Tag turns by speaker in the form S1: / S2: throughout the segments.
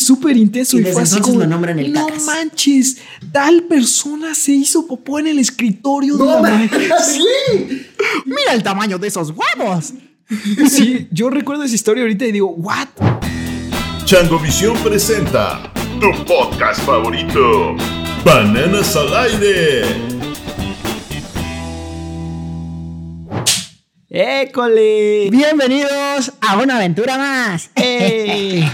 S1: súper intenso.
S2: Y desde
S1: así
S2: entonces lo nombran el
S1: No
S2: cacas".
S1: manches, tal persona se hizo popó en el escritorio de la
S2: ¡No
S1: ma-
S2: mames! ¡Sí!
S3: Mira el tamaño de esos huevos.
S1: Sí, yo recuerdo esa historia ahorita y digo, ¿what?
S4: Changovisión presenta tu podcast favorito, Bananas al aire.
S1: ¡École!
S3: Bienvenidos a una aventura más.
S1: ¡Ey!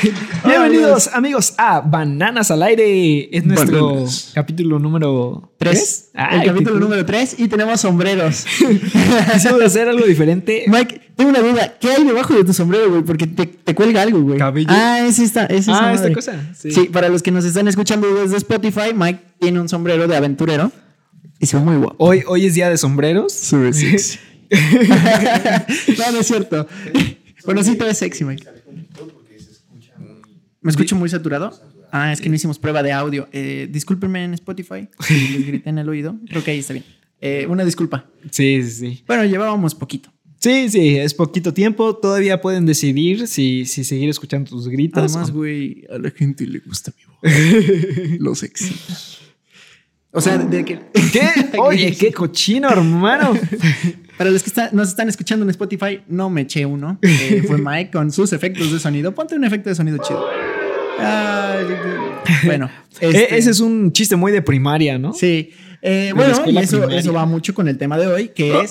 S1: Bienvenidos amigos a Bananas al Aire. Es nuestro
S3: Bananas.
S1: capítulo número
S3: Tres. Ah,
S1: 3.
S3: el capítulo número 3 y tenemos sombreros.
S1: Quisimos hacer algo diferente.
S3: Mike, tengo una duda. ¿Qué hay debajo de tu sombrero, güey? Porque te, te cuelga algo, güey.
S1: Cabello.
S3: Ah, es esta, es esa
S1: Ah, esta
S3: madre.
S1: cosa,
S3: Sí.
S1: sí.
S3: para los que nos están escuchando desde Spotify, Mike tiene un sombrero de aventurero y se ve muy guapo.
S1: Hoy, hoy es día de sombreros.
S3: no, no es cierto. Bueno, sí te ves sexy, Mike. ¿Me escucho muy saturado? Ah, es que no hicimos prueba de audio. Eh, discúlpenme en Spotify si les grité en el oído. Creo que ahí está bien. Eh, una disculpa.
S1: sí, sí, sí.
S3: Bueno, llevábamos poquito.
S1: Sí, sí, es poquito tiempo. Todavía pueden decidir si, si seguir escuchando tus gritos.
S3: Además,
S1: o-
S3: güey, a la gente le gusta mi voz. Lo sexy. O sea, de que,
S1: ¿Qué? Oye, qué cochino, hermano.
S3: para los que está- nos están escuchando en Spotify, no me eché uno. Eh, fue Mike con sus efectos de sonido. Ponte un efecto de sonido chido. Ay, bueno,
S1: E- Ese es un chiste muy de primaria, ¿no?
S3: Este. Sí. Eh,
S1: la
S3: bueno, y
S1: escuela
S3: eso,
S1: primaria.
S3: eso va mucho con el tema de hoy, que es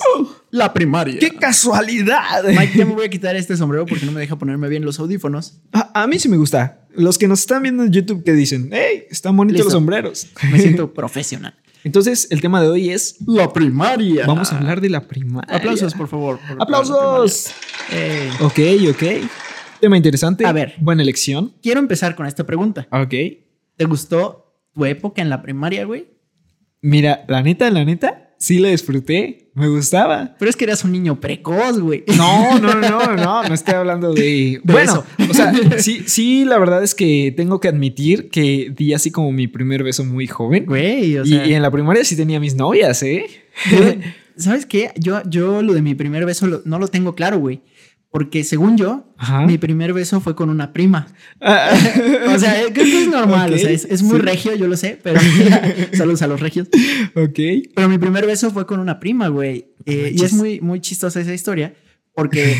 S3: la primaria.
S1: ¡Qué casualidad!
S3: Mike, ya me voy a quitar este sombrero porque no me deja ponerme bien los audífonos.
S1: A, a mí sí me gusta. Los que nos están viendo en YouTube que dicen, hey, están bonitos
S3: Listo.
S1: los sombreros.
S3: Me siento profesional.
S1: Entonces, el tema de hoy es,
S3: La primaria.
S1: vamos a hablar de la primaria.
S3: Aplausos, por favor. por-
S1: ¡Aplausos!
S3: por la primaria.
S1: Ok,
S3: Eh,
S1: ok. Tema interesante.
S3: A ver.
S1: Buena elección.
S3: quiero empezar con esta pregunta.
S1: Ok.
S3: ¿Te gustó tu época en la primaria, güey?
S1: Mira, la neta, la neta, sí la disfruté. Me gustaba.
S3: Pero es que eras un niño precoz, güey.
S1: No, no, no, no, no, no estoy hablando de.
S3: De
S1: bueno,
S3: eso.
S1: o sea, sí, sí, la verdad es que tengo que admitir que di así como mi primer beso muy joven.
S3: Güey, o
S1: Y-
S3: sea.
S1: y, en la primaria sí tenía mis novias, ¿eh?
S3: Yo- ¿Sabes qué? Yo, yo lo de mi primer beso lo- no lo tengo claro, güey. Porque según yo,
S1: Ajá.
S3: mi primer beso fue con una prima.
S1: Ah,
S3: O sea, eh, creo que es normal.
S1: Ok,
S3: o sea, es, es muy
S1: sí.
S3: regio, yo lo sé, pero saludos a los regios.
S1: ok.
S3: Pero mi primer beso fue con una prima, güey. Eh, y
S1: manches.
S3: es muy, muy chistosa esa historia porque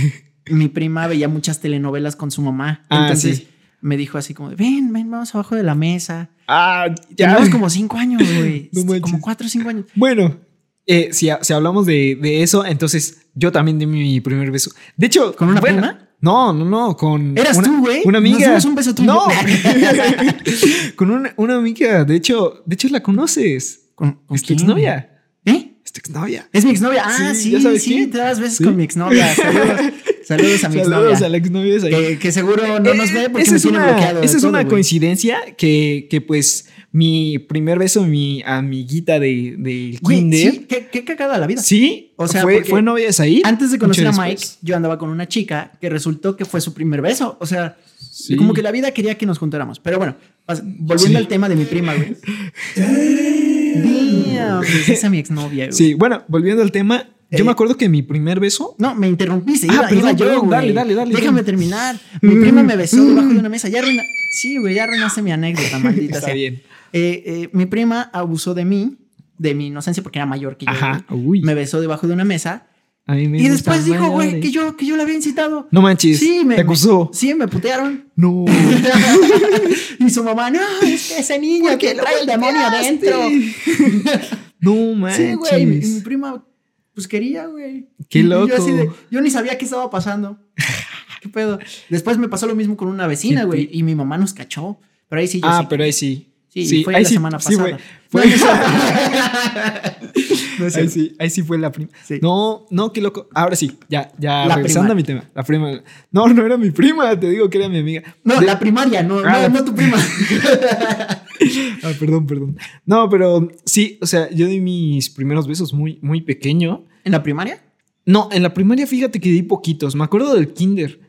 S3: mi prima veía muchas telenovelas con su mamá.
S1: Ah,
S3: Entonces
S1: sí.
S3: me dijo así como, de, ven, ven, vamos abajo de la mesa.
S1: Ah, ya.
S3: Teníamos como cinco años, güey.
S1: No manches.
S3: como cuatro o cinco años.
S1: Bueno, eh, si, si hablamos de, de eso, entonces yo también di mi primer beso. De hecho,
S3: ¿Con una
S1: bueno,
S3: prima?
S1: No, no, no, con.
S3: Eras
S1: una-
S3: tú, güey.
S1: Una amiga.
S3: Nos dimos un beso tú y
S1: No.
S3: yo.
S1: con una, una amiga. De hecho, de hecho la conoces.
S3: ¿Con, con
S1: Es tu
S3: quién?
S1: exnovia.
S3: ¿Eh?
S1: Es tu exnovia.
S3: Es mi exnovia. Ah,
S1: Sí,
S3: sí,
S1: ya sabes
S3: sí,
S1: quién.
S3: te das veces
S1: Sí.
S3: con mi exnovia. Saludos, saludos a mi
S1: Saludos a
S3: exnovia.
S1: la exnovia. esa.
S3: Que, que seguro no nos ve
S1: Eh,
S3: porque
S1: esa
S3: me
S1: es
S3: tiene
S1: una,
S3: bloqueado. de
S1: esa es
S3: todo,
S1: una
S3: güey.
S1: coincidencia que, que, pues, mi primer beso, mi amiguita de, del
S3: Güey,
S1: kinder.
S3: sí, qué, qué cagada la vida.
S1: Sí,
S3: O sea,
S1: fue,
S3: porque
S1: fue novia de Said.
S3: Antes de conocer a
S1: mucho
S3: Mike,
S1: después.
S3: yo andaba con una chica que resultó que fue su primer beso. O sea, como que la vida quería que nos juntáramos. Pero bueno, pas-
S1: Sí.
S3: volviendo al tema de mi prima, güey. Damn, pues esa es mi exnovia, güey.
S1: Sí, bueno, volviendo al tema, yo
S3: Eh.
S1: me acuerdo que mi primer beso.
S3: No, me interrumpiste.
S1: Ah,
S3: Iba,
S1: perdón,
S3: iba yo,
S1: perdón,
S3: güey.
S1: dale, dale, dale,
S3: Déjame
S1: dale.
S3: terminar. Mi
S1: Mm,
S3: prima me besó
S1: mm.
S3: debajo de una mesa. Ya arruina... Sí, güey, ya arruinaste mi anécdota, maldita
S1: Está
S3: sea.
S1: bien.
S3: Eh, eh, mi prima abusó de mí, de mi inocencia, porque era mayor que yo.
S1: Ajá.
S3: güey.
S1: Uy.
S3: Me besó debajo de una mesa.
S1: a mí me
S3: y después
S1: gustan
S3: dijo, güey,
S1: mayores.
S3: que yo, que yo la había incitado.
S1: No manches.
S3: Sí, me-
S1: te acusó.
S3: Sí, me putearon.
S1: No.
S3: y su mamá, no, es que ese niño que trae el demonio adentro.
S1: no
S3: Sí,
S1: manches.
S3: güey. Mi, mi prima, pues quería, güey.
S1: Qué
S3: Y
S1: loco.
S3: Yo, así de- yo ni sabía qué estaba pasando. ¿Qué pedo? Después me pasó lo mismo con una vecina,
S1: Qué
S3: güey. Y mi mamá nos cachó. Pero ahí sí yo
S1: ah,
S3: sí.
S1: pero ahí sí.
S3: Sí, fue la semana
S1: sí,
S3: pasada.
S1: fue-
S3: No,
S1: fue-
S3: No es
S1: ahí,
S3: cierto.
S1: sí, ahí sí fue la prima.
S3: Sí.
S1: No, no, qué loco. Ahora sí, ya, ya
S3: La
S1: regresando
S3: prima.
S1: a mi tema. La prima. No, no era mi prima, te digo que era mi amiga.
S3: No,
S1: De-
S3: la primaria, no,
S1: Ah, la-
S3: no, no tu prima.
S1: Ah, perdón, perdón. No, pero sí, o sea, yo di mis primeros besos muy, muy pequeño.
S3: ¿En la primaria?
S1: No, en la primaria fíjate que di poquitos. Me acuerdo del kinder.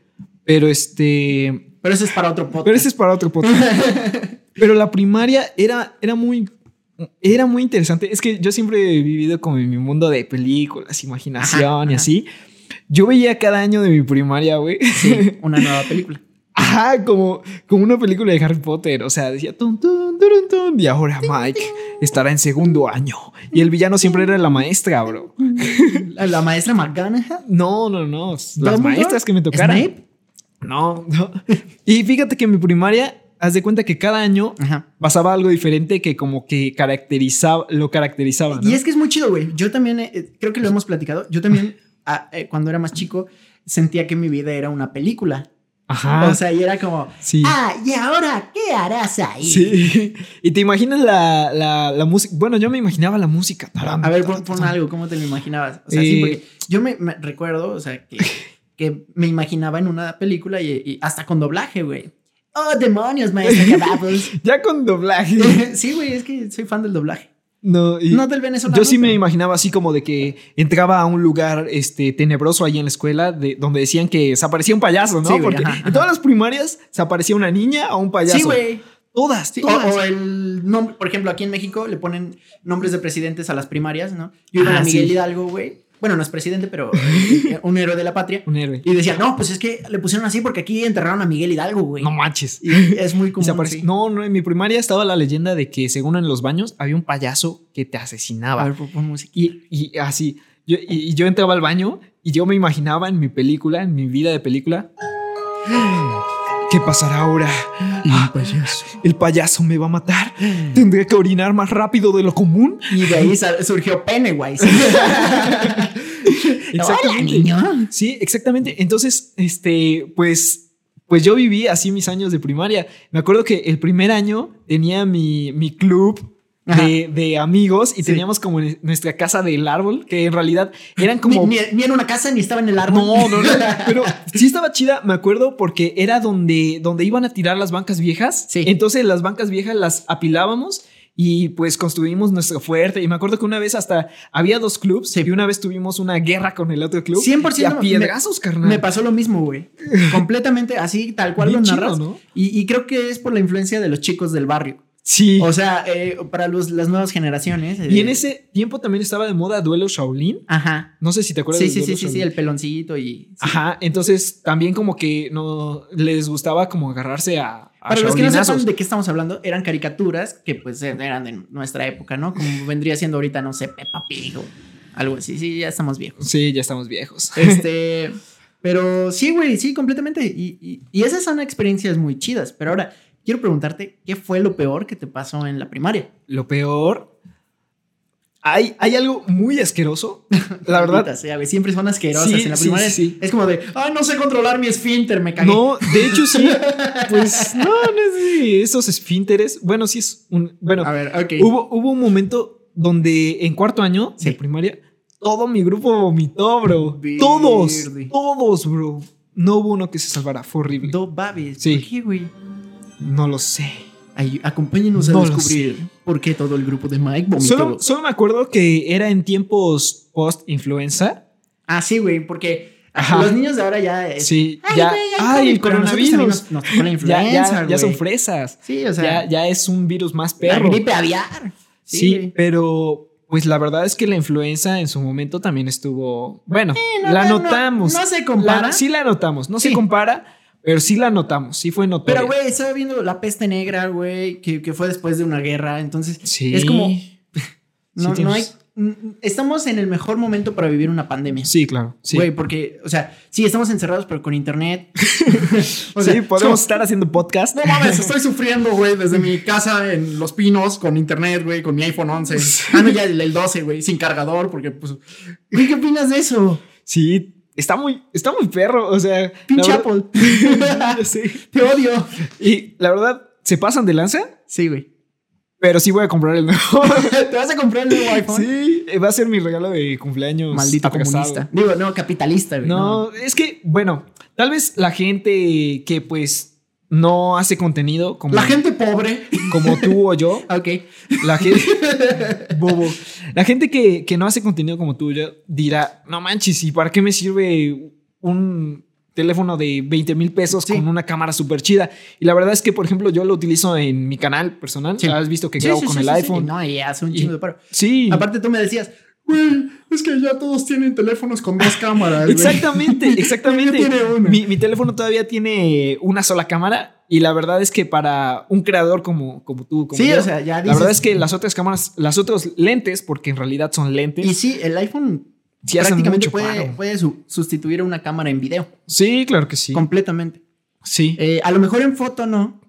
S1: Pero este.
S3: Pero eso es para otro podcast.
S1: Pero ese es para otro podcast. pero la primaria era, era muy. Era muy interesante. Es que yo siempre he vivido como en mi mundo de películas, imaginación
S3: Ajá,
S1: y
S3: ajá.
S1: así. Yo veía cada año de mi primaria, güey.
S3: Sí, una nueva película.
S1: Ajá, como, como una película de Harry Potter. O sea, decía tun, tun, turun, tun, y ahora Mike estará en segundo año. Y el villano siempre era la maestra, bro.
S3: La, la maestra McGonagall.
S1: No, no, no. Las
S3: ¿Dumbledore?
S1: maestras que me tocaran.
S3: ¿Snape?
S1: No, no. Y fíjate que en mi primaria, haz de cuenta que cada año
S3: Ajá.
S1: pasaba algo diferente que como que caracterizaba, lo caracterizaba. ¿no?
S3: Y es que es muy chido, güey. Yo también, eh, creo que lo hemos platicado. Yo también, ah, eh, cuando era más chico, sentía que mi vida era una película.
S1: Ajá.
S3: O sea, y era como,
S1: Ah. sí.
S2: Ah, ¿y ahora qué harás ahí?
S1: Sí. Y te imaginas la, la, la música. Bueno, yo me imaginaba la música. Taram,
S3: a ver,
S1: taram,
S3: pon, pon
S1: taram.
S3: algo, ¿cómo te lo imaginabas? O sea, sí,
S1: Eh,
S3: porque yo me, me recuerdo, o sea, que, que me imaginaba en una película y, y hasta con doblaje, güey. Oh, demonios, maestra Gabapos.
S1: Ya con doblaje.
S3: sí, güey, es que soy fan del doblaje.
S1: No, y
S3: No del venezolano.
S1: yo sí me
S3: pero-
S1: imaginaba así como de que entraba a un lugar este, tenebroso ahí en la escuela de, donde decían que se aparecía un payaso, ¿no?
S3: Sí, güey,
S1: Porque
S3: ajá,
S1: en todas las primarias se aparecía una niña o un payaso.
S3: Sí, güey.
S1: Todas,
S3: Sí, o,
S1: todas.
S3: o el nombre, por ejemplo, aquí en México le ponen nombres de presidentes a las primarias, ¿no? Yo iba
S1: Ah,
S3: a Miguel
S1: sí.
S3: Hidalgo, güey. Bueno, no es presidente, pero eh, un héroe de la patria.
S1: Un héroe.
S3: Y decía, no, pues es que le pusieron así porque aquí enterraron a Miguel Hidalgo, güey.
S1: No manches.
S3: Y es muy
S1: Y se
S3: común.
S1: aparece-
S3: sí.
S1: No, no, en mi primaria estaba la leyenda de que según en los baños había un payaso que te
S3: A
S1: asesinaba.
S3: ver, pon- pon música.
S1: Y, y así, yo, y, y yo entraba al baño y yo me imaginaba en mi película, en mi vida de película. ¿Qué pasará ahora? Ah, El payaso me va a matar. Tendré que orinar más rápido de lo común.
S3: Y de ahí sal- surgió Pennywise. Hola, niño.
S1: Sí, exactamente. Entonces, este, pues, pues yo viví así mis años de primaria. Me acuerdo que el primer año tenía mi, mi club. De, de amigos y
S3: Sí.
S1: teníamos como nuestra casa del árbol que en realidad eran como
S3: Ni, ni- ni en una casa ni estaba en el árbol.
S1: No, no, no. Pero sí estaba chida, me acuerdo, porque era donde, donde iban a tirar las bancas viejas.
S3: Sí.
S1: Entonces las bancas viejas las apilábamos y pues construimos nuestro fuerte. Y me acuerdo que una vez hasta había dos clubs
S3: Sí.
S1: y una vez tuvimos una guerra con el otro club.
S3: 100%
S1: y a
S3: me-
S1: piedrazos, carnal.
S3: Me pasó lo mismo, güey. Completamente así, tal cual
S1: Bien
S3: lo
S1: chido,
S3: narras.
S1: ¿no?
S3: y, y creo que es por la influencia de los chicos del barrio.
S1: Sí.
S3: O sea, eh, para los- las nuevas generaciones. eh,
S1: y en ese tiempo también estaba de moda Duelo Shaolin.
S3: Ajá.
S1: No sé si te acuerdas
S3: Sí,
S1: del
S3: sí, sí,
S1: Duelo
S3: sí, sí,
S1: Shaolin.
S3: el peloncito y. sí.
S1: Ajá, entonces también como que no les gustaba como agarrarse a, a
S3: Para los que no
S1: shaolinazos.
S3: sepan de qué estamos hablando, eran caricaturas que pues eh, eran de nuestra época, ¿no? Como vendría siendo ahorita, no sé, Peppa Pig o algo así. Sí, ya estamos viejos.
S1: Sí, ya estamos viejos.
S3: Este. Pero sí, güey, sí, completamente. Y, y- y esas son experiencias muy chidas. Pero ahora quiero preguntarte, ¿qué fue lo peor que te pasó en la primaria?
S1: Lo peor. Hay, hay algo muy asqueroso. La
S3: Maldita
S1: verdad.
S3: sea, güey, ¿eh? siempre son asquerosas
S1: Sí,
S3: en la
S1: sí,
S3: primaria.
S1: sí, sí.
S3: Es como de, ah, no sé controlar mi esfínter, me cagué.
S1: No, de hecho sí. Pues no, no es de esos esfínteres. Bueno, sí es un. Bueno,
S3: A ver, ok.
S1: hubo, hubo un momento donde en cuarto año
S3: Sí.
S1: de primaria todo mi grupo vomitó, bro.
S3: Verde.
S1: Todos, todos, bro. No hubo uno que se salvara. Fue horrible.
S3: Do babes.
S1: Sí.
S3: ¿Por qué, güey?
S1: No lo sé.
S3: Ay, acompáñenos a
S1: No lo
S3: descubrir por qué todo el grupo de Mike vomitó.
S1: Solo, solo me acuerdo que era en tiempos post-influenza.
S3: Ah, sí, güey, porque
S1: Ajá.
S3: los niños de ahora ya. es-
S1: Sí,
S2: Ay,
S1: ya.
S2: güey, hay
S1: ¡Ay, el
S3: Pero nosotros también
S1: coronavirus!
S3: Nos, nos tocó la
S1: Ya,
S3: influenza,
S1: ya- ya,
S3: güey.
S1: son fresas.
S3: Sí, o sea,
S1: ya, ya es un virus más
S3: la
S1: perro.
S3: gripe aviar.
S1: sí,
S3: güey.
S1: pero pues la verdad es que la influenza en su momento también estuvo. Bueno,
S3: no,
S1: la
S3: no, no,
S1: notamos.
S3: no se compara.
S1: La- sí la notamos. No
S3: Sí.
S1: se compara, pero sí la notamos. Sí fue notoria.
S3: Pero, güey, estaba viendo la peste negra, güey, que, que fue después de una guerra. Entonces,
S1: Sí.
S3: es como. No,
S1: Sí
S3: no hay.
S1: tienes-
S3: mm, Estamos en el mejor momento para vivir una pandemia.
S1: Sí, claro. Sí.
S3: Güey, porque, o sea, sí, estamos encerrados, pero con internet. O
S1: Sí,
S3: sea,
S1: podemos estar haciendo podcast.
S3: No mames, estoy sufriendo, güey, desde mi casa en Los Pinos, con internet, güey, con mi iPhone 11. Ah, no, ya el, el 12, güey, sin cargador, porque, pues... Güey, ¿qué opinas de eso?
S1: Sí, está muy, está muy perro. O sea,
S3: Pinche
S1: la
S3: Apple.
S1: verdad- Sí.
S3: Te odio.
S1: Y la verdad, se pasan de lanza,
S3: Sí, güey.
S1: pero sí voy a comprar el nuevo.
S3: ¿Te vas a comprar el nuevo iPhone?
S1: Sí, eh, va a ser mi regalo de cumpleaños.
S3: Maldito
S1: atrasado.
S3: comunista. Digo, no, capitalista, güey.
S1: No, es que, bueno, tal vez la gente que pues no hace contenido como,
S3: La gente pobre.
S1: como tú o yo,
S3: ok.
S1: la gente, bobo, la gente que, que no hace contenido como tú o yo dirá, no manches, ¿y para qué me sirve un teléfono de 20 mil pesos
S3: Sí.
S1: con una cámara súper chida? Y la verdad es que, por ejemplo, yo lo utilizo en mi canal personal,
S3: Sí.
S1: has visto que
S3: Sí,
S1: grabo
S3: sí,
S1: con
S3: sí,
S1: el
S3: sí, sí.
S1: iPhone.
S3: No, y hace un
S1: Y-
S3: chingo de paro.
S1: Sí,
S3: Aparte tú me decías, Güey, es que ya todos tienen teléfonos con dos cámaras. güey".
S1: Exactamente, exactamente.
S3: Todavía tiene una.
S1: mi, mi teléfono todavía tiene una sola cámara y la verdad es que para un creador como, como tú, como
S3: Sí,
S1: yo,
S3: o sea, ya
S1: la
S3: dices-
S1: verdad es que las otras cámaras, las otras lentes, porque en realidad son lentes,
S3: Y sí, el iPhone
S1: sí hacen
S3: prácticamente
S1: mucho
S3: puede,
S1: paro.
S3: puede su- sustituir a una cámara en video.
S1: Sí, claro que sí.
S3: Completamente.
S1: Sí.
S3: Eh, a lo mejor en foto no.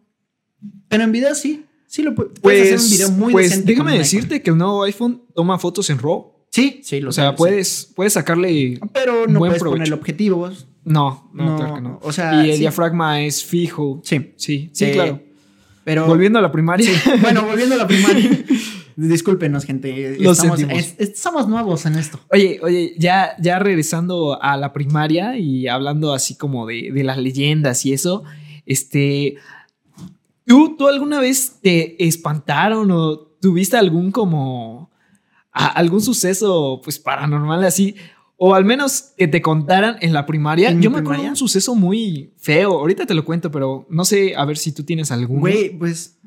S3: Pero en video sí. Sí lo pu- puedes hacer un video muy
S1: pues
S3: decente con
S1: déjame
S3: un
S1: decirte que el nuevo iPhone toma fotos en RAW.
S3: iPhone. Sí, sí,
S1: O
S3: lo sé, lo
S1: sea,
S3: sé.
S1: puedes, puedes sacarle.
S3: Pero no
S1: Buen
S3: puedes
S1: provecho.
S3: ponerle objetivos.
S1: No, no,
S3: No,
S1: claro que no.
S3: o sea,
S1: y el
S3: sí.
S1: diafragma es fijo.
S3: Sí.
S1: Sí, sí,
S3: Eh,
S1: claro.
S3: Pero.
S1: Volviendo a la primaria.
S3: Bueno, volviendo a la primaria. Discúlpenos, gente.
S1: Lo
S3: estamos,
S1: sentimos.
S3: es- es- somos nuevos en esto.
S1: Oye, oye, ya, ya regresando a la primaria y hablando así como de, de las leyendas y eso, este, ¿tú, ¿tú alguna vez te espantaron o tuviste algún como, a- algún suceso pues paranormal así? O al menos que te contaran en la primaria.
S3: ¿En mi
S1: Yo me acuerdo de
S3: primaria?
S1: un suceso muy feo. Ahorita te lo cuento, pero no sé, a ver si tú tienes alguno.
S3: Güey, pues.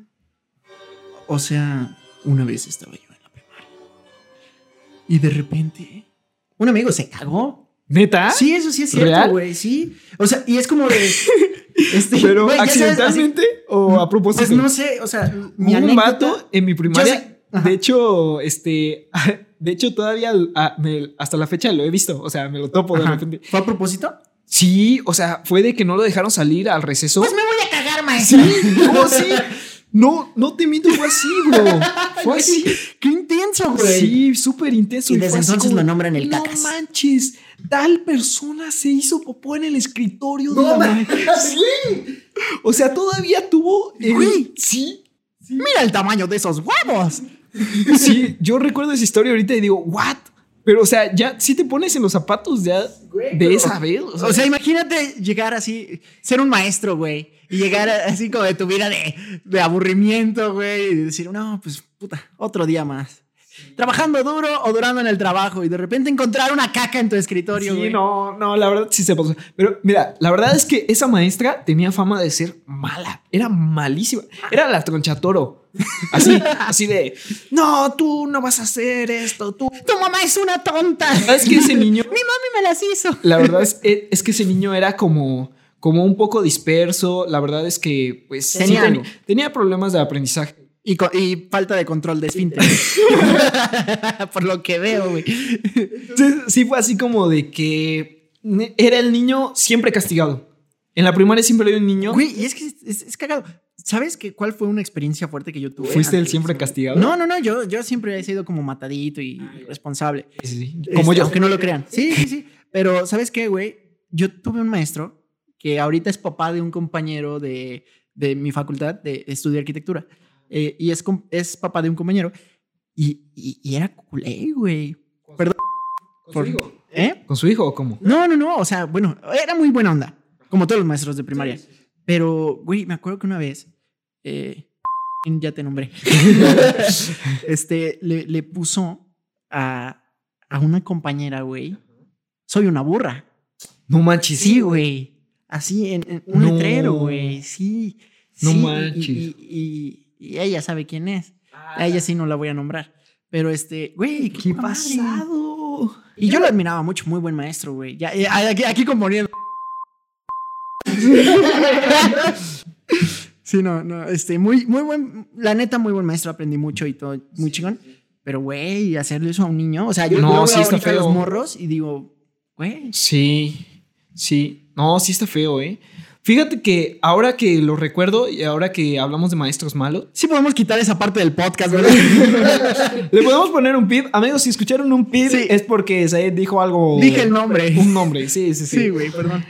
S3: O sea, una vez estaba yo en la primaria. Y de repente. Un amigo se cagó.
S1: ¿Neta?
S3: Sí, eso sí es
S1: ¿Ah? ¿Real?
S3: cierto, güey. Sí. O sea, y es como de. este,
S1: ¿Pero
S3: güey, ya sabes,
S1: accidentalmente o a
S3: así-
S1: propósito?
S3: pues no sé, o sea, mi
S1: Hubo un
S3: anécdota-
S1: vato en mi
S3: Yo
S1: primaria.
S3: sé- Ajá.
S1: De hecho, este. De hecho, todavía ah, me- hasta la fecha lo he visto. O sea, me lo topo de
S3: Ajá.
S1: repente.
S3: ¿Fue a propósito?
S1: Sí, o sea, fue de que no lo dejaron salir al receso.
S2: Pues me voy a cagar,
S1: sí,
S2: maestra.
S1: no, sí. No, no te miento, fue así, bro. Fue así.
S3: ¡Qué intenso, güey!
S1: Sí, súper intenso.
S3: Y
S1: fue
S3: desde
S1: así
S3: entonces
S1: como,
S3: lo nombran el
S1: No
S3: cacas.
S1: manches, tal persona se hizo popó en el escritorio de
S3: No
S1: la
S3: manches.
S1: maestra. Sí. O sea, todavía tuvo. el-
S3: Güey.
S1: sí,
S3: ¡Mira el tamaño de esos huevos!
S1: Sí, yo recuerdo esa historia ahorita y digo, ¿what? Pero, o sea, ya si te pones en los zapatos ya de esa vez. O sea,
S3: O sea, imagínate llegar así, ser un maestro, güey, y llegar a- así como de tu vida de, de aburrimiento, güey, y decir, no, pues puta, otro día más. Trabajando duro o durando en el trabajo y de repente encontrar una caca en tu escritorio,
S1: sí,
S3: güey.
S1: no, no, la verdad sí se pasó. Pero mira, la verdad es que esa maestra tenía fama de ser mala. Era malísima. Era la tronchatoro. Así, así de, no, tú no vas a hacer esto, tú.
S3: Tu mamá es una tonta.
S1: La verdad es que ese niño,
S3: Mi mami me las hizo.
S1: la verdad es, eh, es que ese niño era como, como un poco disperso. La verdad es que, pues, sí
S3: Tenía
S1: tenía-
S3: algo.
S1: tenía problemas de aprendizaje.
S3: Y, co- y falta de control de esfínter. Por lo que veo, güey.
S1: Sí, sí fue así como de que ne- era el niño siempre castigado. En la primaria siempre había un niño.
S3: Güey, y es que es, es- es cagado. ¿Sabes que, cuál fue una experiencia fuerte que yo tuve?
S1: ¿Fuiste el
S3: antes de
S1: siempre
S3: eso?
S1: castigado? Ah,
S3: No, no, no, yo, yo siempre he sido como matadito y responsable.
S1: Sí, sí, Como
S3: Este,
S1: yo.
S3: Aunque no lo crean. Sí, sí, sí. Pero, ¿sabes qué, güey? Yo tuve un maestro que ahorita es papá de un compañero de, de mi facultad de estudio de arquitectura. Eh, y es, com- es papá de un compañero. Y, y- y era culé, güey.
S1: ¿Con su
S3: por-
S1: hijo?
S3: ¿Eh?
S1: ¿Con su hijo o cómo?
S3: No, no, no. O sea, bueno, era muy buena onda. Como todos los maestros de primaria. Pero, güey, me acuerdo que una vez. eh, ya te nombré. este, le, le puso a, a una compañera, güey. Soy una burra.
S1: No manches.
S3: Sí, güey. Así, en, en un
S1: No.
S3: letrero, güey. Sí.
S1: No
S3: sí, y-
S1: manches.
S3: Y, y- y ella sabe quién es. A ella sí no la voy a nombrar. Pero este, güey, qué,
S1: ¿Qué
S3: poca madre.
S1: pasado?
S3: Y yo lo admiraba mucho, muy buen maestro, güey. Ya, eh, aquí, aquí componiendo. sí, no, no, este, muy, muy buen, la neta, muy buen maestro, aprendí mucho y todo, muy chingón. Pero, güey, hacerle eso a un niño, o sea, yo
S1: No,
S3: yo veo
S1: sí está
S3: ahorita los
S1: feo.
S3: morros y digo, güey,
S1: Sí, sí. No, sí está feo, ¿eh? Fíjate que ahora que lo recuerdo y ahora que hablamos de maestros malos,
S3: sí podemos quitar esa parte del podcast, ¿verdad?
S1: le podemos poner un pip. Amigos, si escucharon un pip
S3: Sí.
S1: es porque Zayed dijo algo.
S3: Dije el nombre.
S1: Un nombre, sí, sí, sí.
S3: Sí, güey, perdón.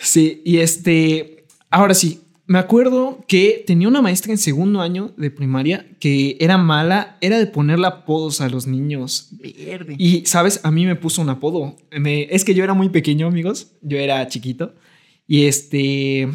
S1: Sí, y este, ahora sí, me acuerdo que tenía una maestra en segundo año de primaria que era mala, era de ponerle apodos a los niños.
S3: Verde.
S1: Y, ¿sabes? A mí me puso un apodo. Me- es que yo era muy pequeño, amigos, yo era chiquito. Y este,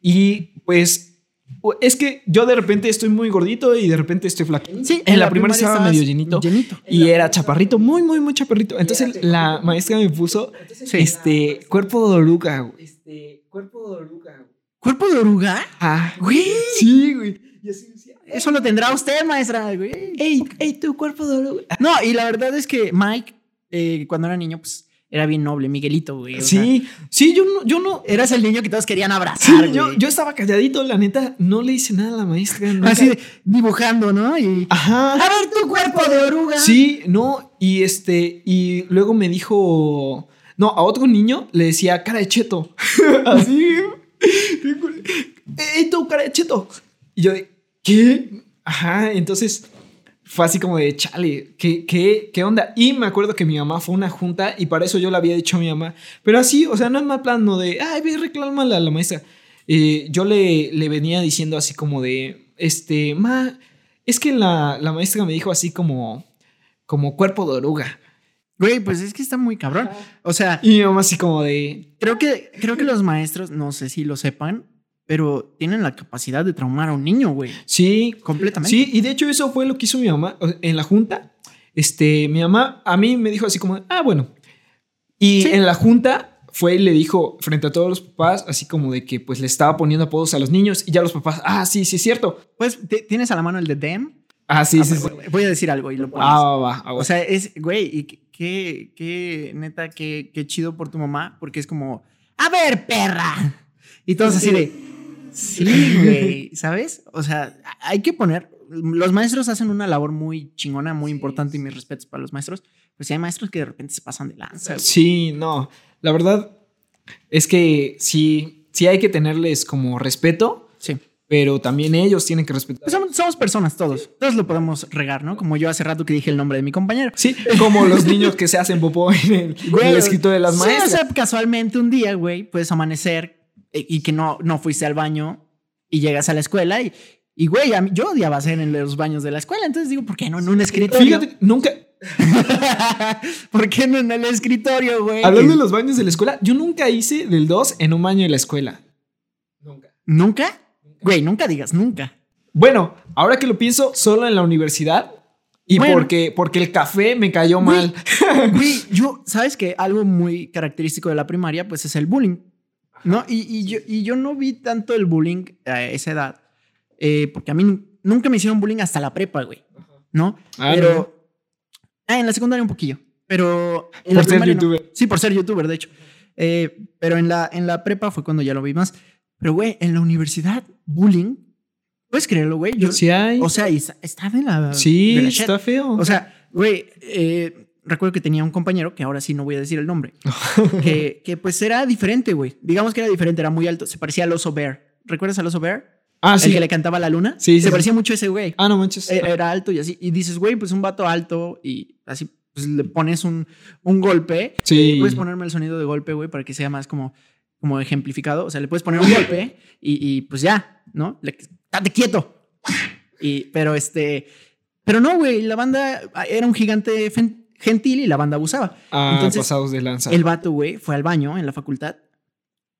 S1: y pues, u- es que yo de repente estoy muy gordito y de repente estoy flaquito.
S3: Sí,
S1: en la primaria estaba
S3: estabas
S1: medio llenito.
S3: Llenito.
S1: Y era chaparrito, muy, muy, muy chaparrito. Entonces la maestra me puso
S3: Sí.
S1: este cuerpo de oruga, güey.
S2: Este, cuerpo de oruga.
S3: ¿Cuerpo de oruga?
S1: Ah,
S3: Güey.
S1: sí, güey. Y así decía,
S3: Eso lo tendrá usted, maestra, güey.
S1: ¡Ey, ey, tu cuerpo de oruga!
S3: No, y la verdad es que Mike, eh, cuando era niño, pues era bien noble, Miguelito, güey. o sea,
S1: Sí, sí, yo no, yo no.
S3: eras el niño que todos querían abrazar.
S1: Sí,
S3: güey.
S1: yo, yo estaba calladito, la neta, no le hice nada a la maestra. nunca.
S3: Así de- dibujando, ¿no? Y.
S1: Ajá.
S3: A ver tu cuerpo de oruga.
S1: Sí, no, y este, y luego me dijo, no, a otro niño le decía cara de cheto. Así. ¡Ey, tú, cara de cheto! Y yo, de, ¿qué? Ajá, entonces fue así como de, chale, ¿qué, qué, ¿qué onda? Y me acuerdo que mi mamá fue a una junta y para eso yo le había dicho a mi mamá, pero así, o sea, no es mal plano de, ay, ve, reclámale a la maestra. Eh, yo le, le venía diciendo así como de, este, ma, es que la, la maestra me dijo así como, como cuerpo de oruga.
S3: Güey, pues es que está muy cabrón. O sea,
S1: Y mi mamá así como de,
S3: creo que, creo que los maestros, no sé si lo sepan, pero tienen la capacidad de traumar a un niño, güey.
S1: sí,
S3: Completamente.
S1: Sí, y de hecho eso fue lo que hizo mi mamá o sea, en la junta. Este, mi mamá a mí me dijo así como, ah, bueno. Y
S3: Sí.
S1: en la junta fue y le dijo frente a todos los papás, así como de que pues le estaba poniendo apodos a los niños y ya los papás, ah, sí, sí, es cierto.
S3: Pues te- tienes a la mano el de Dem.
S1: Ah, sí,
S3: Ah,
S1: sí, sí.
S3: güey, Voy a decir algo y lo pones.
S1: Ah, va, va, ah, va.
S3: O sea, es, güey, y qué- qué, qué, neta, qué, qué chido por tu mamá, porque es como, a ver, perra. Y todos así de, sí, güey, ¿sabes? O sea, a- hay que poner, los maestros hacen una labor muy chingona, muy importante, y mis respetos para los maestros, pues sí hay maestros que de repente se pasan de lanza. güey.
S1: sí, no. La verdad es que sí, sí hay que tenerles como respeto,
S3: Sí.
S1: pero también ellos tienen que respetar.
S3: Pues somos, somos personas todos, todos lo podemos regar, ¿no? Como yo hace rato que dije el nombre de mi compañero.
S1: Sí, como los niños que se hacen popó en el, en el escritorio de las
S3: sí,
S1: maestras.
S3: o sea, casualmente un día, güey, puedes amanecer eh, y que no, no fuiste al baño y llegas a la escuela y, y güey, a mí- yo odiaba hacer en los baños de la escuela. Entonces digo, ¿por qué no en un escritorio?
S1: Fíjate, nunca,
S3: Eh, ¿Por qué no en el escritorio, güey?
S1: Hablando de los baños de la escuela, yo nunca hice del 2 en un baño de la escuela. Nunca.
S3: ¿Nunca? Güey, nunca digas nunca.
S1: Bueno, ahora que lo pienso, solo en la universidad y
S3: Bueno.
S1: porque, porque el café me cayó
S3: Güey.
S1: mal.
S3: Güey, yo, ¿sabes que Algo muy característico de la primaria, pues es el bullying. ¿No? Y, y yo, y yo no vi tanto el bullying a esa edad, eh, porque a mí nun- nunca me hicieron bullying hasta la prepa, güey. ¿No?
S1: Ah,
S3: pero.
S1: no.
S3: Ah, en la secundaria un poquillo. Pero. en la
S1: Por ser
S3: primaria no.
S1: youtuber.
S3: Sí, por ser youtuber, de hecho. Eh, pero en la, en la prepa fue cuando ya lo vi más. Pero, güey, en la universidad, bullying. ¿Puedes creerlo, güey? Yo,
S1: Sí hay.
S3: O sea, y está, está de la.
S1: sí,
S3: de la shit.
S1: está feo.
S3: O sea, güey, eh, recuerdo que tenía un compañero, que ahora sí no voy a decir el nombre, que, que pues era diferente, güey. Digamos que era diferente, era muy alto, se parecía al oso Bear. ¿Recuerdas al oso Bear?
S1: ah,
S3: El
S1: sí.
S3: que le cantaba a la luna.
S1: Sí, sí,
S3: Se
S1: sí.
S3: parecía mucho a ese güey.
S1: Ah, no manches.
S3: E- Era alto y así. Y dices, güey, pues un vato alto y así pues, le pones un, un golpe.
S1: sí.
S3: Puedes ponerme el sonido de golpe, güey, para que sea más como, como ejemplificado. O sea, le puedes poner un golpe y, y, pues ya, ¿no? Le, ¡Date quieto! Y, pero este. Pero no, güey, la banda ah, era un gigante fen- gentil y la banda abusaba.
S1: Ah,
S3: entonces,
S1: pasados de lanza.
S3: El vato, güey, fue al baño en la facultad.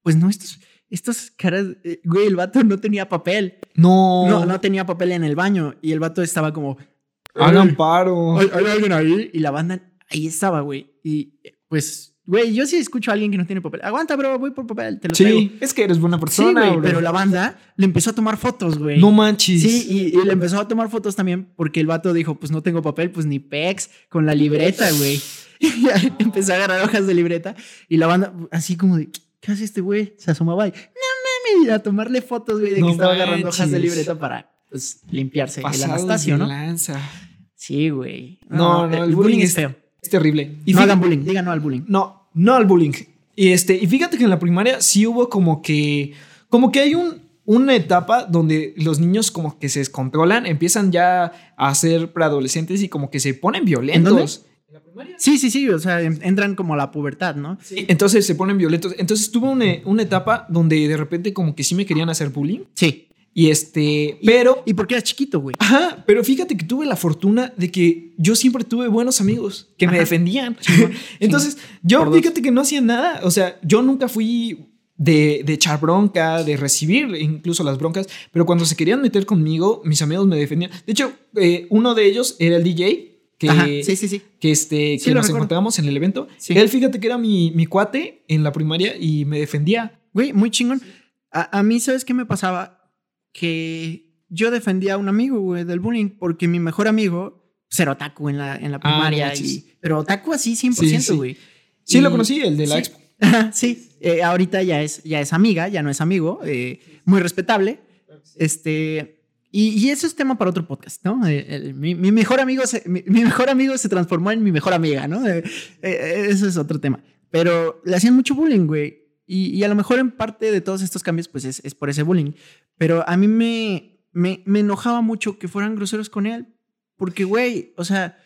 S3: Pues no, estos, estos caras, eh, güey, el vato no tenía papel.
S1: no,
S3: No, no tenía papel en el baño y el vato estaba como.
S1: Hagan
S3: "Ey,
S1: paro.
S3: ¿Hay, hay alguien ahí? Y la banda ahí estaba, güey. Y eh, pues, güey, yo sí escucho a alguien que no tiene papel. Aguanta, bro, voy por papel, te lo traigo.
S1: Sí, es que eres buena
S3: Sí,
S1: persona,
S3: güey,
S1: bro.
S3: pero la banda le empezó a tomar fotos, güey.
S1: No manches.
S3: Sí, y, y le empezó a tomar fotos también porque el vato dijo, pues no tengo papel, pues ni pex, con la libreta, güey. Y ya empezó a agarrar hojas de libreta y la banda así como de, ¿qué hace este güey? Se asomaba y, no mames, y a tomarle fotos, güey, de
S1: No
S3: que estaba agarrando hojas de
S1: manches.
S3: libreta para pues, limpiarse el
S1: Pasados
S3: Anastasio,
S1: de
S3: ¿no?
S1: lanza.
S3: Sí, güey. Ah,
S1: No, no, el bullying es- Es terrible.
S3: Y no
S1: fíjate-
S3: hagan bullying, digan no al bullying.
S1: No, no al bullying. Y este, y fíjate que en la primaria sí hubo como que. Como que hay un, una etapa donde los niños como que se descontrolan, empiezan ya a ser preadolescentes y como que se ponen violentos.
S3: Sí, sí, sí, o sea, en- entran como a la pubertad, ¿no?
S1: Entonces se ponen violentos. Entonces tuve una, una etapa donde de repente como que sí me querían hacer bullying.
S3: Sí.
S1: Y este, pero.
S3: ¿Y por qué eras chiquito, güey?
S1: Ajá, pero fíjate que tuve la fortuna de que yo siempre tuve buenos amigos que me
S3: Ajá.
S1: defendían. Entonces, yo
S3: Por dos.
S1: fíjate que no hacía nada. O sea, yo nunca fui de, de echar bronca, de recibir incluso las broncas, pero cuando se querían meter conmigo, mis amigos me defendían. De hecho, eh, uno de ellos era el DJ, que,
S3: Ajá, sí, sí, sí.
S1: que, este,
S3: Sí,
S1: que
S3: lo
S1: nos
S3: recuerdo.
S1: encontrábamos en el evento.
S3: Sí.
S1: Él fíjate que era mi, mi cuate en la primaria y me defendía.
S3: Güey, muy chingón. Ah, A, a mí, ¿sabes qué me pasaba? Que yo defendía a un amigo, güey, del bullying, porque mi mejor amigo pues, era otaku en la, en la
S1: Ah,
S3: primaria.
S1: no manches.
S3: y, pero otaku así
S1: Sí,
S3: 100%,
S1: sí.
S3: güey.
S1: Sí, lo
S3: Y-
S1: conocí, el de la
S3: sí.
S1: expo.
S3: Ajá, sí, eh, ahorita ya es, ya es amiga, ya no es amigo, eh, muy respetable. Este, y, y eso es tema para otro podcast, ¿no? Eh, el- mi, mi mejor amigo se, mi, mi mejor amigo se transformó en mi mejor amiga, ¿no? Eh, eh, eso es otro tema. Pero le hacían mucho bullying, güey. Y, y a lo mejor en parte de todos estos cambios, pues es, es por ese bullying. Pero a mí me, me, me enojaba mucho que fueran groseros con él. Porque, güey, o sea,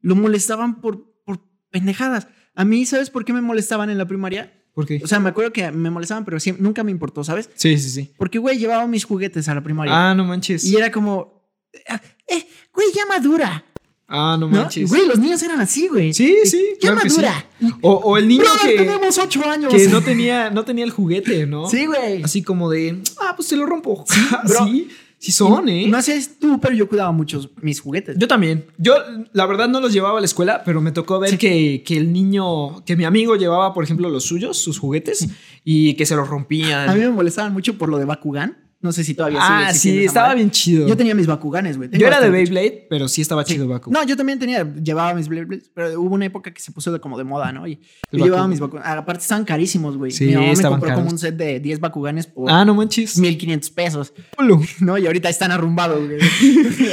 S3: lo molestaban por, por pendejadas. A mí, ¿sabes por qué me molestaban en la primaria?
S1: ¿Por qué?
S3: O sea, me acuerdo que me molestaban, pero siem- nunca me importó, ¿sabes?
S1: Sí, sí, sí.
S3: Porque, güey, llevaba mis juguetes a la primaria.
S1: Ah, no manches.
S3: y era como, "Ah,
S2: Eh, güey, ya madura.
S1: Ah, no
S3: ¿no?
S1: manches.
S3: Güey, los niños eran así, güey.
S1: Sí, sí.
S2: Ya
S1: claro que sí.
S2: madura.
S1: O, o el niño
S3: Eh, Brother,
S1: que,
S3: tenemos ocho años.
S1: que no, tenía, no tenía el juguete, ¿no?
S3: Sí, güey.
S1: Así como de, ah, pues te lo rompo. Sí,
S3: bro.
S1: sí, son, ¿eh?
S3: No sé tú, pero yo cuidaba muchos mis juguetes.
S1: Yo también. Yo, la verdad, no los llevaba a la escuela, pero me tocó ver que, que el niño, que mi amigo llevaba, por ejemplo, los suyos, sus juguetes, y que se los rompían.
S3: a mí me molestaban mucho por lo de Bakugan. No sé si todavía sigue
S1: ah, sí,
S3: existiendo esa
S1: estaba
S3: madre.
S1: bien chido.
S3: Yo tenía mis Bakuganes, güey. Tengo
S1: Yo era de
S3: bastante.
S1: Beyblade, pero sí estaba chido Baku.
S3: No, yo también tenía, llevaba mis Beyblades, pero hubo una época que se puso de, como de moda, ¿no? Y
S1: El
S3: yo llevaba
S1: Bakugan.
S3: mis Bakuganes. Aparte estaban carísimos, güey.
S1: Sí,
S3: Mi mamá me
S1: estaban
S3: compró
S1: caros.
S3: como un set de 10 Bakuganes por
S1: Ah, no manches.
S3: 1500 pesos, ¿no? Y ahorita están arrumbados, güey.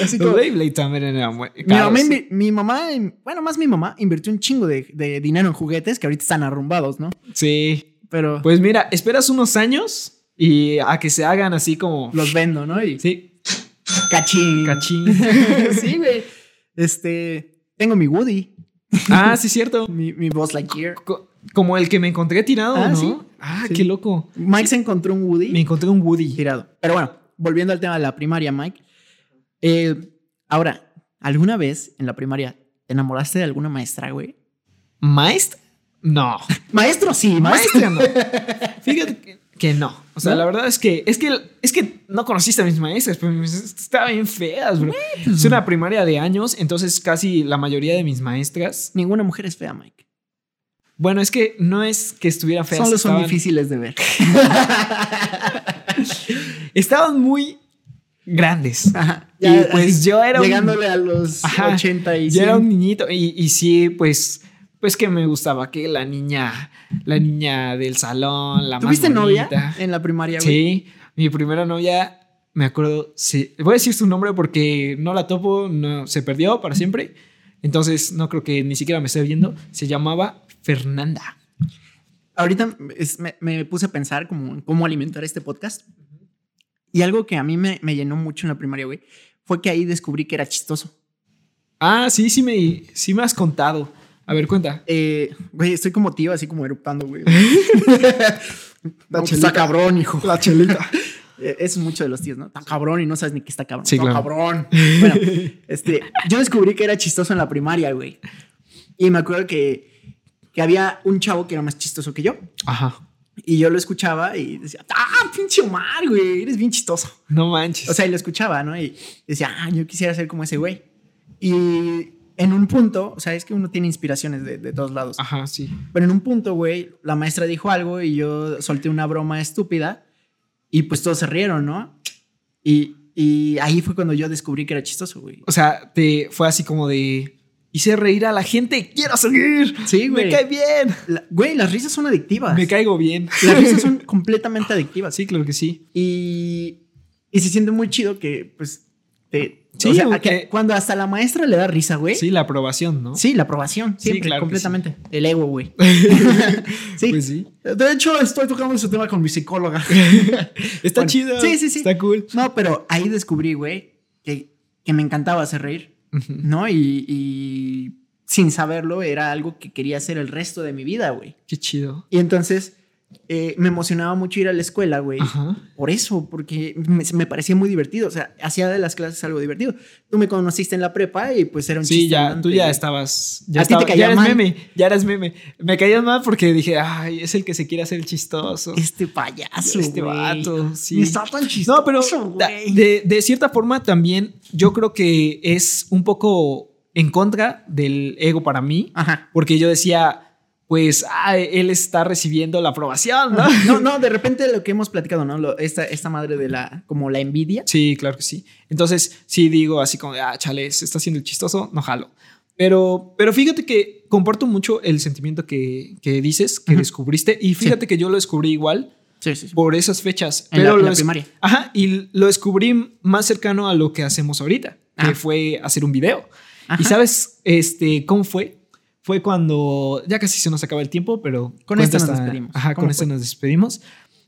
S3: Así
S1: Los
S3: como-
S1: Beyblade también eran muy
S3: mi mamá,
S1: caros.
S3: invi- mi mamá, bueno, más mi mamá, invirtió un chingo de, de dinero en juguetes que ahorita están arrumbados, ¿no?
S1: Sí.
S3: Pero
S1: Pues mira, esperas unos años y a que se hagan así como...
S3: los vendo, ¿no? Y
S1: Pues, Sí,
S3: cachín.
S1: cachín.
S3: sí, güey. Este, tengo mi Woody,
S1: ah, sí, cierto.
S3: mi, mi Buzz Lightyear.
S1: Co- como el que me encontré tirado,
S3: Ah,
S1: ¿no?
S3: sí.
S1: Ah,
S3: Sí.
S1: qué loco.
S3: Mike se encontró un Woody.
S1: Me encontré un Woody.
S3: tirado. Pero bueno, volviendo al tema de la primaria, Mike. Eh, ahora, ¿alguna vez en la primaria te enamoraste de alguna maestra, güey?
S1: ¿Maest? No.
S3: Maestro, sí, maestro.
S1: Maestra no. Fíjate que, que no. O sea,
S3: ¿No?
S1: la verdad es que, es que es que no conociste a mis maestras, pero mis maestras estaban bien feas, bro. Es una primaria de años, entonces casi la mayoría de mis maestras.
S3: Ninguna mujer es fea, Mike.
S1: Bueno, es que no es que estuvieran feas.
S3: Solo son
S1: estaban-
S3: difíciles de ver.
S1: Estaban muy grandes.
S3: Ajá.
S1: Y pues yo era un-
S3: Llegándole a los
S1: Ajá.
S3: 80 y
S1: Yo era
S3: 100.
S1: un niñito y, y sí, pues, pues que me gustaba que la niña, la niña del salón, la más
S3: ¿Tuviste novia
S1: bonita.
S3: en la primaria, güey?
S1: Sí, mi primera novia, me acuerdo, sí, voy a decir su nombre porque no la topo, no, se perdió para siempre. Entonces no creo que ni siquiera me esté viendo. Se llamaba Fernanda.
S3: Ahorita es- me, me puse a pensar como en cómo alimentar este podcast. Y algo que a mí me, me llenó mucho en la primaria, güey, fue que ahí descubrí que era chistoso.
S1: Ah, sí, sí me, sí me has contado. A ver, cuenta.
S3: Eh, güey, estoy como tío, así como eruptando, güey.
S1: La
S3: No, pues,
S1: chelita.
S3: está cabrón, hijo.
S1: La chelita.
S3: Eh, Eso es mucho de los tíos, ¿no? Está cabrón y no sabes ni qué está cabrón.
S1: Sí,
S3: está
S1: claro.
S3: cabrón. Bueno, este, yo descubrí que era chistoso en la primaria, güey. Y me acuerdo que, que había un chavo que era más chistoso que yo.
S1: Ajá.
S3: Y yo lo escuchaba y decía, ¡ah, pinche Omar, güey! Eres bien chistoso.
S1: No manches.
S3: O sea, y lo escuchaba, ¿no? Y decía, ah, yo quisiera ser como ese güey. Y en un punto, o sea, es que uno tiene inspiraciones de, de todos lados.
S1: Ajá, sí.
S3: Pero en un punto, güey, la maestra dijo algo y yo solté una broma estúpida y pues todos se rieron, ¿no? Y, y ahí fue cuando yo descubrí que era chistoso, güey.
S1: O sea, te fue así como de. Hice reír a la gente, quiero seguir.
S3: Sí, güey.
S1: Me cae bien.
S3: La- Güey, las risas son adictivas.
S1: Me caigo bien.
S3: Las risas son completamente adictivas.
S1: Sí, claro que sí.
S3: Y, y se siente muy chido que, pues, te...
S1: Sí,
S3: o sea,
S1: güey,
S3: que
S1: que-
S3: cuando hasta la maestra le da risa, güey.
S1: Sí, la aprobación, ¿no?
S3: Sí, la aprobación,
S1: Sí,
S3: siempre,
S1: claro que
S3: completamente. El ego, güey. sí.
S1: Pues sí.
S3: De hecho, estoy tocando ese tema con mi psicóloga.
S1: Está
S3: Bueno,
S1: chido.
S3: sí, sí, sí.
S1: Está cool.
S3: No, pero ahí descubrí, güey, que, que me encantaba hacer reír,
S1: Ujú.
S3: ¿no? Y, y sin saberlo era algo que quería hacer el resto de mi vida, güey.
S1: Qué chido.
S3: Y entonces eh, me emocionaba mucho ir a la escuela, güey.
S1: Ajá.
S3: Por eso, porque me, me parecía muy divertido. O sea, hacía de las clases algo divertido. Tú me conociste en la prepa y pues era un
S1: Sí,
S3: chiste
S1: ya,
S3: andante,
S1: tú ya
S3: güey.
S1: estabas. Ya,
S3: A ti te
S1: estaba- ya
S3: caía
S1: eres
S3: mal.
S1: meme. Ya eres meme. Me caías mal porque dije, ay, es el que se quiere hacer el chistoso.
S3: Este payaso,
S1: Este
S3: güey.
S1: vato, sí.
S3: Ni Está tan chistoso,
S1: No, pero da-
S3: güey.
S1: de, de cierta forma también yo creo que es un poco en contra del ego para mí,
S3: Ajá.
S1: porque yo decía, pues ah, él está recibiendo la aprobación, ¿no?
S3: No, no, de repente lo que hemos platicado, ¿no? Lo- esta, esta madre de la, como la envidia.
S1: Sí, claro que sí. Entonces, sí digo así como, de, ah, chale, se está haciendo el chistoso, no jalo. Pero, pero fíjate que comparto mucho el sentimiento que, que dices, que
S3: Ujú.
S1: descubriste. Y fíjate que yo lo descubrí igual
S3: Sí, sí, sí.
S1: por esas fechas.
S3: En la-
S1: pero
S3: en
S1: lo
S3: la
S1: des-
S3: primaria.
S1: Ajá, y lo descubrí más cercano a lo que hacemos ahorita, que
S3: Ah.
S1: fue hacer un video.
S3: Ajá.
S1: ¿Y sabes este, cómo fue? Fue cuando ya casi se nos acaba el tiempo, pero
S3: Con
S1: cuenta
S3: esto nos despedimos.
S1: Ajá,
S3: ¿Cómo
S1: con esto
S3: fue?
S1: nos despedimos.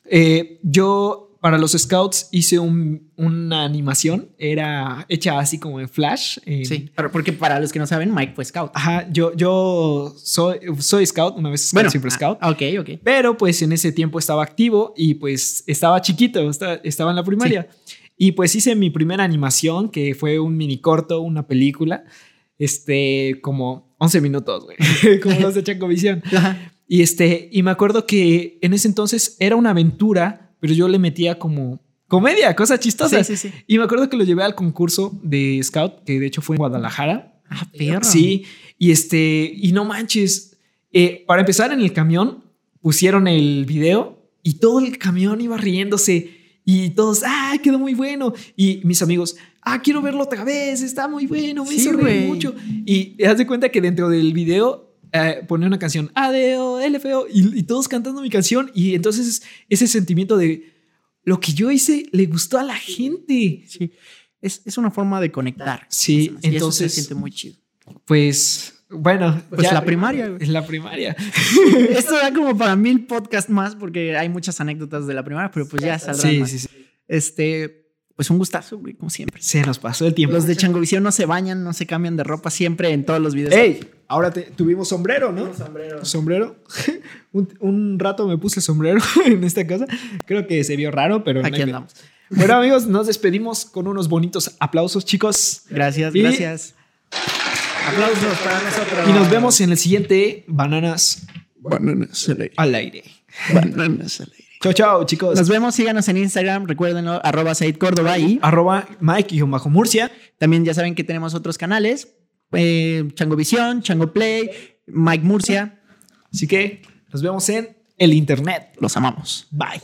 S1: Eh, yo para los scouts hice un- una animación, era hecha así como en flash. en-
S3: Sí, pero porque para los que no saben, Mike fue scout. Ah,
S1: Ajá, yo, yo soy, soy scout, una vez scout, siempre
S3: ah,
S1: scout.
S3: ah, ok, ok.
S1: Pero pues en ese tiempo estaba activo y pues estaba chiquito, esta- estaba en la primaria. Y pues hice mi primera animación, que fue un mini corto, una película, este, como 11 minutos, güey, como los de Chacovisión.
S3: Ajá.
S1: Y este, y me acuerdo que en ese entonces era una aventura, pero yo le metía como comedia, cosas
S3: Sí,
S1: chistosas.
S3: sí, sí.
S1: Y me acuerdo que lo llevé al concurso de Scout, que de hecho fue en Guadalajara.
S3: Ah, perro.
S1: Sí, y este, y no manches. eh, para empezar, en el camión pusieron el video y todo el camión iba riéndose y todos, ah, quedó muy bueno. Y mis amigos, ah, quiero verlo otra vez, está muy bueno, me
S3: Sí,
S1: hizo reír
S3: güey.
S1: mucho. Y haz de cuenta que dentro del video eh, pone una canción, ADO, LFO, y, y todos cantando mi canción. Y entonces ese sentimiento de lo que yo hice le gustó a la gente.
S3: Sí. Es, es una forma de conectar.
S1: Sí,
S3: Y eso
S1: entonces-
S3: se siente muy chido.
S1: Pues, bueno,
S3: Pues
S1: ya-
S3: la primaria, güey.
S1: es la primaria.
S3: Esto da como para mil podcasts más porque hay muchas anécdotas de la primaria, pero pues ya saldrán
S1: Sí,
S3: más.
S1: sí, sí.
S3: Este, pues un gustazo, güey, como siempre.
S1: Se nos pasó el tiempo.
S3: Los de Changovisión no se bañan, no se cambian de ropa siempre en todos los videos.
S1: ¡Ey! Ahora te- tuvimos sombrero, ¿no? Sombrero. un, un rato me puse sombrero en esta casa. Creo que se vio raro, pero... no hay
S3: Aquí
S1: pedo.
S3: andamos.
S1: Bueno, amigos, nos despedimos con unos bonitos aplausos, chicos.
S3: Gracias,
S1: Y-
S3: gracias. Aplausos para nosotros.
S1: Y nos vemos en el siguiente Bananas
S2: Bananas al aire.
S1: al aire.
S2: Bananas al aire.
S1: Chao, chao, chicos.
S3: Nos vemos, síganos en Instagram, recuérdenlo, arroba Said Córdoba y
S1: Arroba Mike-Murcia.
S3: también ya saben que tenemos otros canales, eh, Changovisión, Chango Play, Mike Murcia,
S1: Así que nos vemos en el internet.
S3: los amamos.
S1: Bye.